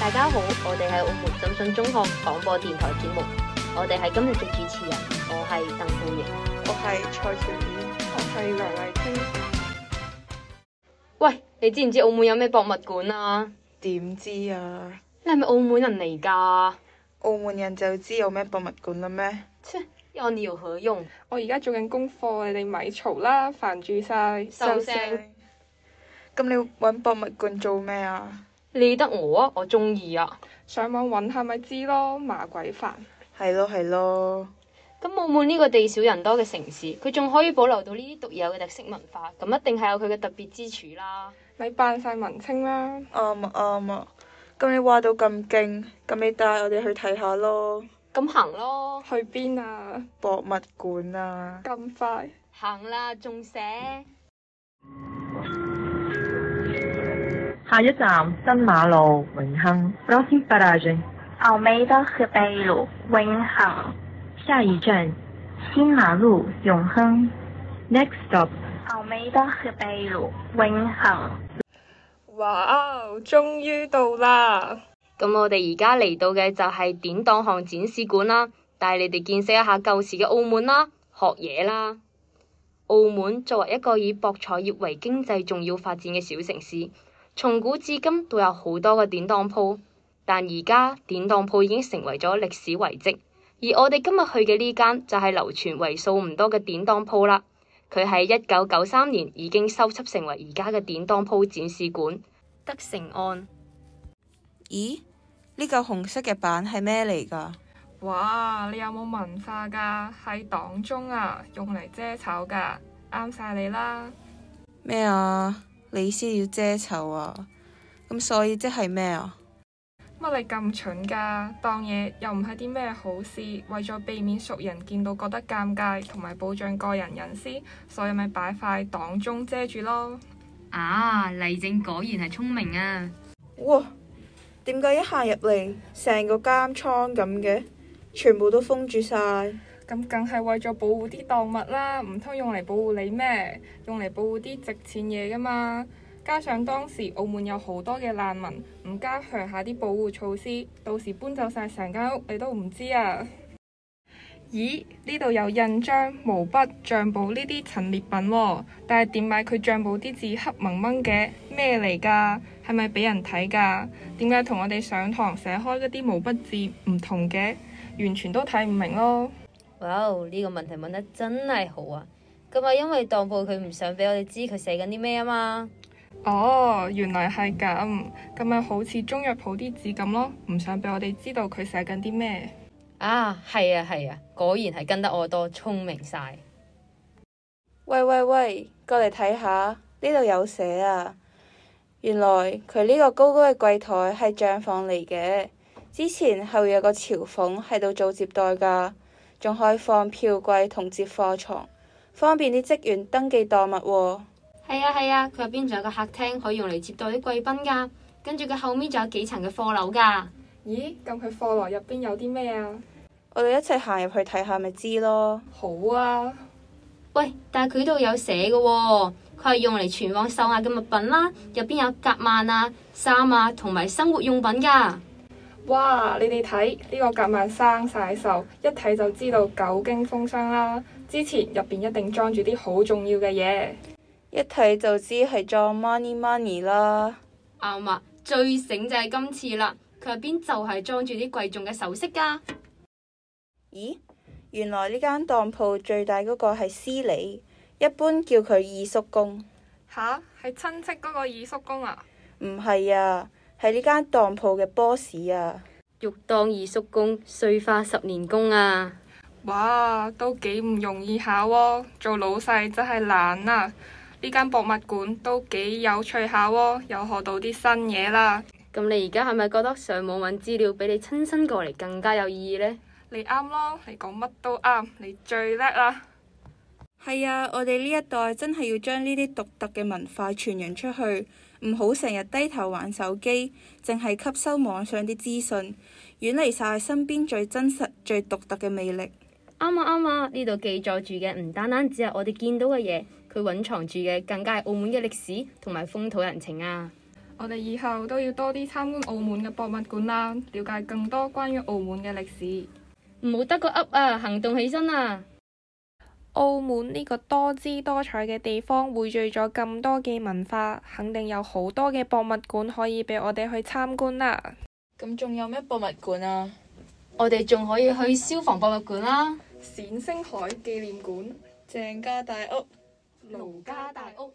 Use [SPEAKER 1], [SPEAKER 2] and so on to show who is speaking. [SPEAKER 1] 大家好，我哋係澳門浸信中學廣播電台節目，我哋係今日嘅主持人，我係鄧浩瑩。
[SPEAKER 2] 我係蔡少燕，我係梁麗清。
[SPEAKER 1] 喂，你知唔知澳門有咩博物館啊？
[SPEAKER 2] 點知啊？
[SPEAKER 1] 你係咪澳門人嚟㗎？
[SPEAKER 2] 澳門人就知有咩博物館啦咩？
[SPEAKER 1] 切，有鳥可用。
[SPEAKER 3] 我而家做緊功課，你哋咪嘈啦，煩住晒。
[SPEAKER 1] 收聲。
[SPEAKER 2] 咁你揾博物館做咩啊？
[SPEAKER 1] 你得我啊，我中意啊。
[SPEAKER 3] 上網揾下咪知咯，麻鬼煩。
[SPEAKER 2] 係咯係咯，
[SPEAKER 1] 咁澳門呢個地少人多嘅城市，佢仲可以保留到呢啲獨有嘅特色文化，咁一定係有佢嘅特別之處啦。
[SPEAKER 3] 咪扮晒文青啦，
[SPEAKER 2] 啱啊啱啊。咁你話到咁勁，咁你帶我哋去睇下咯。
[SPEAKER 1] 咁行咯，
[SPEAKER 3] 去邊啊？
[SPEAKER 2] 博物館啊，
[SPEAKER 3] 咁快？
[SPEAKER 1] 行啦，仲寫。
[SPEAKER 4] 下一站新馬路永亨。Próxima paragem。
[SPEAKER 5] Almeida Ribeiro, Wing Hang,
[SPEAKER 4] 下一站新马路永亨。Next stop。
[SPEAKER 5] Almeida Ribeiro, Wing Hang。
[SPEAKER 3] 哇哦，終於到啦！
[SPEAKER 1] 咁我哋而家嚟到嘅就係典當巷展示館啦，帶你哋見識一下舊時嘅澳門啦，學嘢啦。澳門作為一個以博彩業為經濟重要發展嘅小城市，從古至今都有好多個典當鋪，但而家典當鋪已經成為咗歷史遺跡。而我哋今日去嘅呢間就係流傳為數唔多嘅典當鋪啦，佢喺一九九三年已經修葺成為而家嘅典當鋪展示館。德成案。
[SPEAKER 2] 咦？呢嚿紅色嘅板係咩嚟㗎？
[SPEAKER 3] 哇，你有冇文化㗎？係黨鐘啊，用嚟遮醜㗎，啱晒你啦。
[SPEAKER 2] 咩啊？你先要遮醜啊？咁所以即係咩啊？
[SPEAKER 3] 乜你咁蠢㗎？當嘢又唔係啲咩好事，為咗避免熟人見到覺得尷尬，同埋保障個人隱私，所以咪擺塊黨鐘遮住咯。
[SPEAKER 1] 啊，麗正果然係聰明啊！
[SPEAKER 2] 哇！點解一行入嚟，成個監倉咁嘅，全部都封住晒。
[SPEAKER 3] 咁梗係為咗保護啲當物啦，唔通用嚟保護你咩？用嚟保護啲值錢嘢噶嘛。加上當時澳門有好多嘅難民，唔加強下啲保護措施，到時搬走晒成間屋，你都唔知啊。咦？呢度有印章、毛筆、帳簿呢啲陳列品喎、但係點解佢帳簿啲字黑蒙蒙嘅？咩嚟㗎？係咪俾人睇㗎？點解同我哋上堂寫開嗰啲毛筆字唔同嘅？完全都睇唔明咯。
[SPEAKER 1] 哇！呢個問題問得真係好啊！咁啊，因為當鋪佢唔想俾我哋知佢寫緊啲咩啊嘛。
[SPEAKER 3] 哦，原來係咁，咁咪好似中藥鋪啲字咁咯，唔想俾我哋知道佢寫緊啲咩。
[SPEAKER 1] 啊，係啊，係啊，果然係跟得我多，聰明晒。
[SPEAKER 2] 喂喂喂，過嚟睇下，呢度有寫啊！原來佢呢個高高嘅櫃台係帳房嚟嘅，之前後面有個朝奉喺度做接待㗎，仲可以放票櫃同接貨床，方便啲職員登記當物喎。
[SPEAKER 1] 係啊，係啊，佢入邊仲有個客廳可以用嚟接待啲貴賓㗎，跟住佢後面仲有幾層嘅貨樓㗎。
[SPEAKER 3] 咦，咁佢貨來入邊有啲咩啊？
[SPEAKER 2] 我哋一齊行入去睇下咪知咯。
[SPEAKER 3] 好啊，
[SPEAKER 1] 喂，但係佢呢度有寫嘅喎、佢係用嚟存放售賣嘅物品啦，入邊有夾萬啊、衫啊，同埋生活用品㗎。
[SPEAKER 3] 哇！你哋睇呢個夾萬生晒鏽，一睇就知道久經風霜啦。之前入邊一定裝住啲好重要嘅嘢。
[SPEAKER 2] 一睇就知係裝 money money 啦。
[SPEAKER 1] 啱啊！最醒就係今次啦，佢入邊就係裝住啲貴重嘅首飾㗎。
[SPEAKER 2] 咦，原來呢間當鋪最大嗰個係司理，一般叫佢二叔公。
[SPEAKER 3] 吓？係親戚嗰個二叔公啊？
[SPEAKER 2] 唔係啊，係呢間當鋪嘅 boss 啊。
[SPEAKER 1] 欲當二叔公，須花十年功啊！
[SPEAKER 3] 哇，都幾唔容易下喎、做老細真係難啊！呢間博物館都幾有趣下喎、又學到啲新嘢啦。
[SPEAKER 1] 咁你而家係咪覺得上網揾資料比你親身過嚟更加有意義呢？
[SPEAKER 3] 你啱咯，你講乜都啱，你最叻啦！
[SPEAKER 2] 係啊，我哋呢一代真係要將呢啲獨特嘅文化傳揚出去，唔好成日低頭玩手機，淨係吸收網上啲資訊，遠離晒身邊最真實、最獨特嘅魅力。
[SPEAKER 1] 啱啊啱啊！呢度記載住嘅唔單單只係我哋見到嘅嘢，佢隱藏住嘅更加係澳門嘅歷史同埋風土人情啊！
[SPEAKER 3] 我哋以後都要多啲參觀澳門嘅博物館啦，了解更多關於澳門嘅歷史。
[SPEAKER 1] 唔好得個噏啊，行動起身啊！
[SPEAKER 6] 澳門呢個多姿多彩嘅地方匯聚咗咁多嘅文化，肯定有好多嘅博物館可以俾我哋去參觀啦。
[SPEAKER 7] 咁仲有咩博物館啊？
[SPEAKER 1] 我哋仲可以去消防博物館啦，
[SPEAKER 3] 冼星海紀念館、
[SPEAKER 7] 鄭家大屋。
[SPEAKER 3] 盧家大屋。